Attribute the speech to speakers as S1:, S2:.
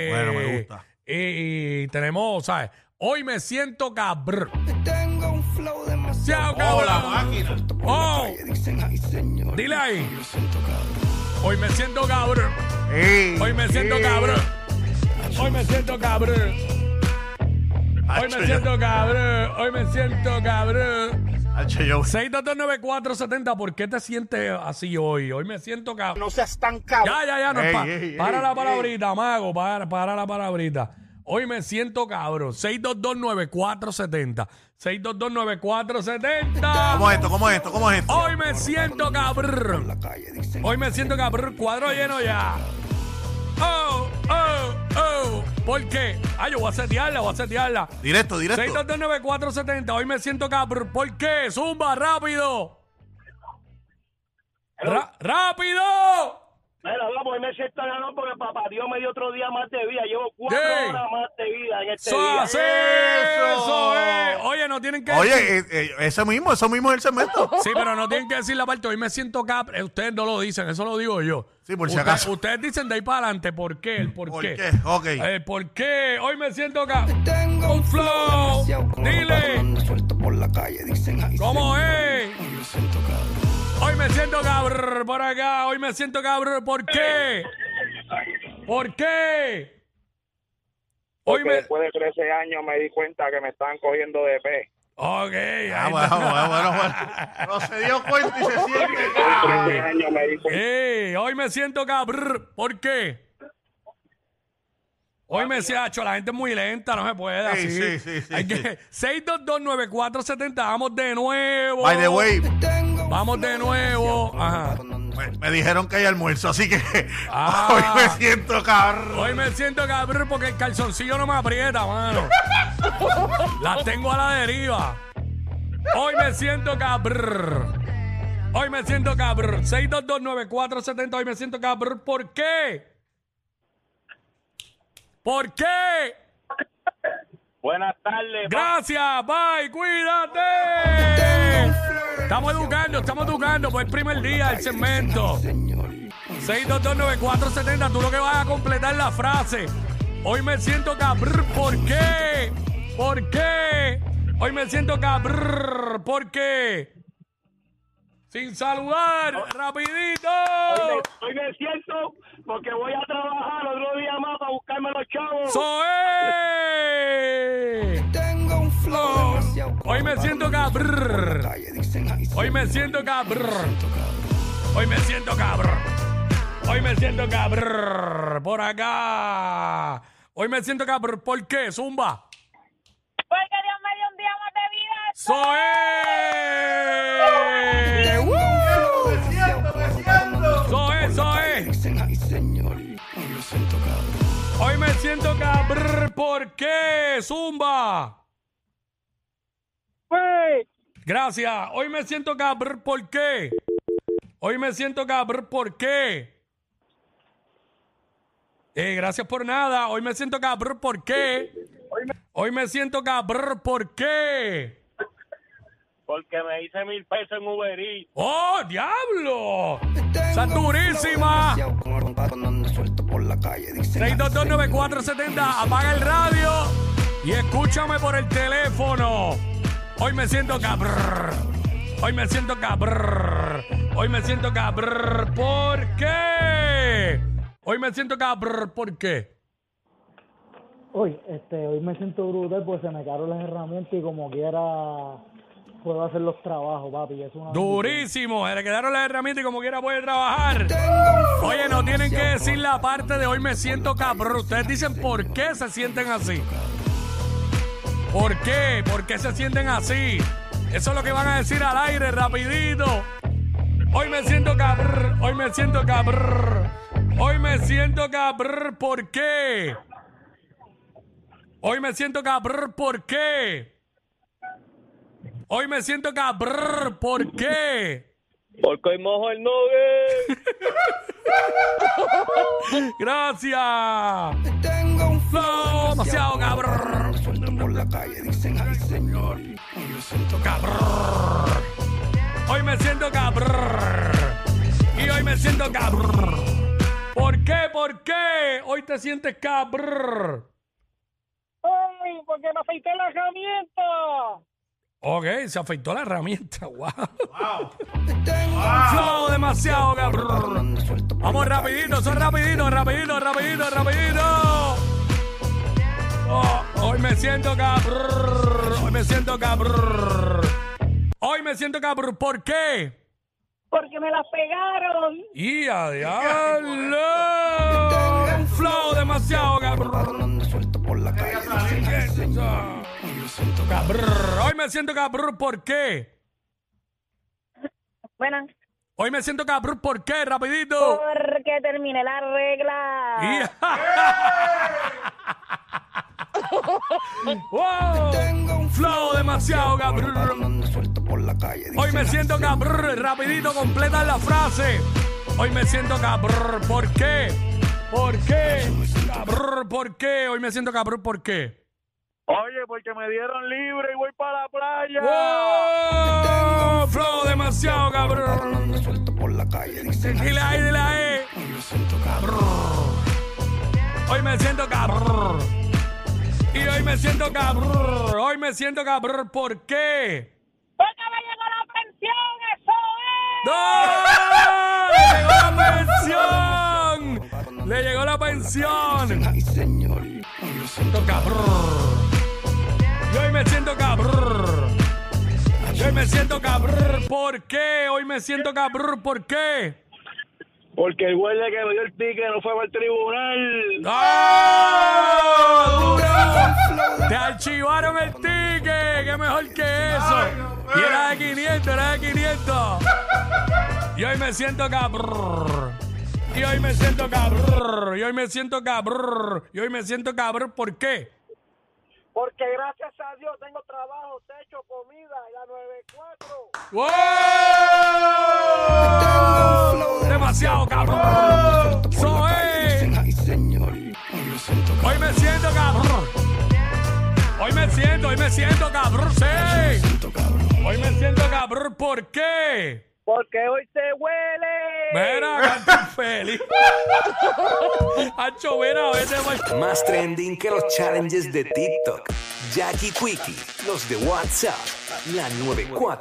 S1: Eh, Y, y tenemos, ¿sabes? Hoy me siento cabrón.
S2: Tengo un flow
S1: Chao,
S2: demasiado.
S1: cabrón.
S3: la máquina.
S1: Oh,
S2: Que dicen, ay, señor.
S1: dile ahí.
S2: Yo siento cabrón.
S1: Hoy me siento cabrón. Hoy me siento cabrón. Hoy me siento cabrón. Hoy me siento cabrón. Hoy me siento cabrón.
S3: Hacho, yo-
S1: 6229470, ¿por qué te sientes así hoy? Hoy me siento cabrón.
S4: no seas tan cabrón.
S1: Ya, ya, ya, no,
S3: Ey,
S1: pa-
S3: ey, ey,
S1: para la
S3: ey.
S1: palabrita, mago, para, para la palabrita. Hoy me siento cabrón. 6229470. 6229470.
S3: ¿Cómo es esto? ¿Cómo es esto? ¿Cómo es esto?
S1: Hoy me siento cabrón.
S2: La calle dicen.
S1: Hoy me siento cabrón, cuadro lleno ya. Oh, oh, oh. ¿Por qué? Ah, yo voy a setearla, voy a setearla.
S3: Directo, directo.
S1: 6229470, hoy me siento cabrón. ¿Por qué? Zumba, rápido. Ra- ¡Rápido!
S4: Mira, vamos, hoy me siento ganón porque papá Dios me dio otro día más de vida. Llevo cuatro
S1: Yeah.
S4: horas más de vida en este
S1: Eso
S4: día.
S1: así,
S3: Eso.
S1: eso es. Oye, no tienen que decir.
S3: Oye, eh, eh, eso mismo, eso mismo es el cemento.
S1: Sí, pero no tienen que decir la parte. Hoy me siento cabrón. Eh, Ustedes no lo dicen, eso lo digo yo.
S3: Sí, por si
S1: Usted-
S3: acaso.
S1: Ustedes dicen de ahí para adelante. ¿Por qué? ¿El por,
S3: ¿Por
S1: qué?
S3: qué? Ok.
S1: El por qué. Hoy me siento cabrón.
S2: Tengo
S1: Un
S2: un
S1: flow.
S2: flow demasiado. como
S1: Dile.
S2: los patrones suelto por la calle dicen, ay,
S1: ¿Cómo
S2: señor.
S1: es?
S2: Yo siento cabrón.
S1: Hoy me siento cabrón por acá. Hoy me siento cabrón. ¿Por qué? ¿Por qué? Hoy
S5: Porque
S1: me.
S5: después de 13 años me di cuenta que me estaban cogiendo de pe.
S1: Ok. ahí
S3: Ah,
S1: está.
S3: bueno, bueno, bueno, bueno. No se dio cuenta y se siente.
S5: Con 13 años me di cuenta.
S1: Ey, hoy me siento cabrón. ¿Por qué? Hoy me siento, la gente es muy lenta, no se puede así.
S3: sí, sí, sí,
S1: Hay
S3: sí.
S1: que 6229470, vamos de nuevo.
S3: By the way,
S2: Tengo un
S1: Vamos
S2: flow
S1: de nuevo.
S2: demasiado.
S1: Ajá.
S2: Patrones
S3: me, me dijeron que hay almuerzo, así que
S1: Ah.
S3: hoy me siento cabrón.
S1: Hoy me siento cabrón porque el calzoncillo no me aprieta, mano. Las tengo a la deriva. Hoy me siento cabrón. Hoy me siento cabrón. 6229470. Hoy me siento cabrón. ¿Por qué? ¿Por qué?
S5: Buenas tardes.
S1: Gracias, bye,
S2: Tengo un
S1: cuídate.
S2: flow
S1: Estamos educando, estamos educando. Pues el primer día del segmento.
S2: Señor.
S1: 6229470, tú lo que vas a completar la frase. Hoy me siento cabrón, ¿por qué? ¿Por qué? Hoy me siento cabrón, ¿por qué? Sin saludar, rapidito.
S4: Hoy me- Hoy me siento porque voy a trabajar otro día más para buscarme los chavos.
S1: Soy.
S2: Tengo un flow demasiado. como
S1: Hoy me
S2: los
S1: siento
S2: patrones suelto por
S1: cabrón.
S2: La calle dicen, ay,
S1: Hoy me
S2: señor.
S1: siento cabrón.
S2: Siento cabrón.
S1: Hoy me siento cabrón. Hoy me siento cabrón. Por acá. Hoy me siento cabrón. ¿Por qué? Zumba.
S6: Porque Pues Dios me dio un día más
S1: Soe.
S2: Tengo
S6: de vida.
S2: un flow
S3: Me siento, me siento.
S1: Soe,
S2: Ay,
S1: soe.
S2: Dicen, ay, señor, yo siento cabrón.
S1: Hoy me siento cabrón. ¿Por qué? Zumba. Gracias. Hoy me siento cabrón. ¿Por qué? Hoy me siento cabrón. ¿Por qué? Eh, gracias por nada. Hoy me siento cabrón. ¿Por qué? Hoy me siento cabrón. ¿Por qué?
S5: Porque me hice mil pesos en Uber Eats.
S1: ¡Oh, diablo!
S2: Tengo
S1: ¡Esa es
S2: un flow
S1: durísima!
S2: demasiado como los patos andando suelto por la calle, dicen, ay, señor,
S1: 6229470, apaga el radio y escúchame por el teléfono. Hoy me siento cabrón. Hoy me siento cabrón. Hoy me siento cabrón. ¿Por qué? Hoy me siento cabrón. ¿Por qué?
S7: Hoy, este, hoy me siento brutal porque se me quedaron las herramientas y como quiera puedo hacer los trabajos, papi. Es una
S1: Durísimo. Se le quedaron las herramientas y como quiera puede trabajar. Oye, no tienen que decir la parte de hoy me siento cabrón. Ustedes dicen por qué se sienten así. ¿Por qué? ¿Por qué se sienten así? Eso es lo que van a decir al aire, rapidito. Hoy me siento cabrón. Hoy me siento cabrón. Hoy me siento cabrón. ¿Por qué? Hoy me siento cabrón. ¿Por qué? Hoy me siento cabrón. ¿Por qué?
S5: Porque hoy mojo el nugget.
S1: Gracias.
S2: Tengo un
S1: Flow,
S2: flow
S1: demasiado cabrón.
S2: Suelto por la calle, dicen, ay, señor, yo siento
S1: Cabrón. Hoy me siento cabrón. Y hoy me siento cabrón. ¿Por qué? ¿Por qué? Hoy te sientes cabrón.
S6: porque me afeité la herramienta.
S1: Ok, se afeitó la herramienta. Wow.
S3: Wow.
S1: Flow demasiado, cabrón. Vamos rapidito, son rapidito, rapidito, rapidito, rapidito. Oh, hoy me siento cabrón. Hoy me siento cabrón. Hoy me siento cabrón. ¿Por qué?
S6: Porque me las pegaron.
S1: Y a diablo. Flow demasiado, cabrón.
S2: suelto por la calle. dicen, "Ay, señor". Y yo siento
S1: Cabrón. Hoy me siento cabrón. ¿Por qué?
S6: Bueno,
S1: Hoy me siento cabrón. ¿Por qué? Rapidito.
S6: porque terminé la regla.
S1: Y- wow. Flow demasiado, cabrón.
S2: cabrón, suelto por la calle. dicen,
S1: Hoy me
S2: "Ay,
S1: siento
S2: señor".
S1: cabrón. Rapidito, completa la frase. Hoy me siento cabrón. ¿Por qué? ¿Por qué? Cabrón, ¿por qué? Hoy me siento cabrón. ¿Por qué?
S5: Oye, porque me dieron libre y voy para la playa.
S1: ¡Wow! ¡Oh! Flow demasiado, cabrón.
S2: Cabrón, suelto por la calle. dicen, "Ay,
S1: Dile ahí, dile ahí.
S2: señor". Y yo siento cabrón.
S1: E. Hoy me siento cabrón. Y hoy me siento cabrón. Hoy me siento cabrón. ¿Por qué?
S6: Porque me llegó la pensión,
S1: ¡No!
S6: eso es.
S1: ¡Le llegó la pensión! ¡Le llegó la pensión!
S2: Ay, señor. Y yo siento
S1: Cabrón. Y hoy me siento cabrón. Y hoy me siento cabrón. ¿Por qué? Hoy me siento cabrón. ¿Por qué?
S5: Porque el guardia que me dio el ticket no fue al tribunal.
S1: ¡No! ¡Duro! Te archivaron el ticket. ¡Qué mejor que eso! Y era de 500, era de 500. Y hoy me siento cabrón. Y hoy me siento cabrón. Y hoy me siento cabrón. Y hoy me siento cabrón. ¿Por qué?
S4: Porque gracias a Dios tengo trabajo, techo, comida y la 94.
S1: ¡Wow! Demasiado cabrón. Soy.
S2: Dicen, ay, señor. Y yo siento
S1: Hoy me siento cabrón. Hoy me siento, hoy me siento cabrón, sí. Hoy me siento cabrón, ¿por qué?
S4: Porque hoy se huele.
S1: Mira, canto feliz. Hacho, mira, vete, güey.
S8: Más trending que los challenges de TikTok. Jackie Quickie, los de WhatsApp, la 94.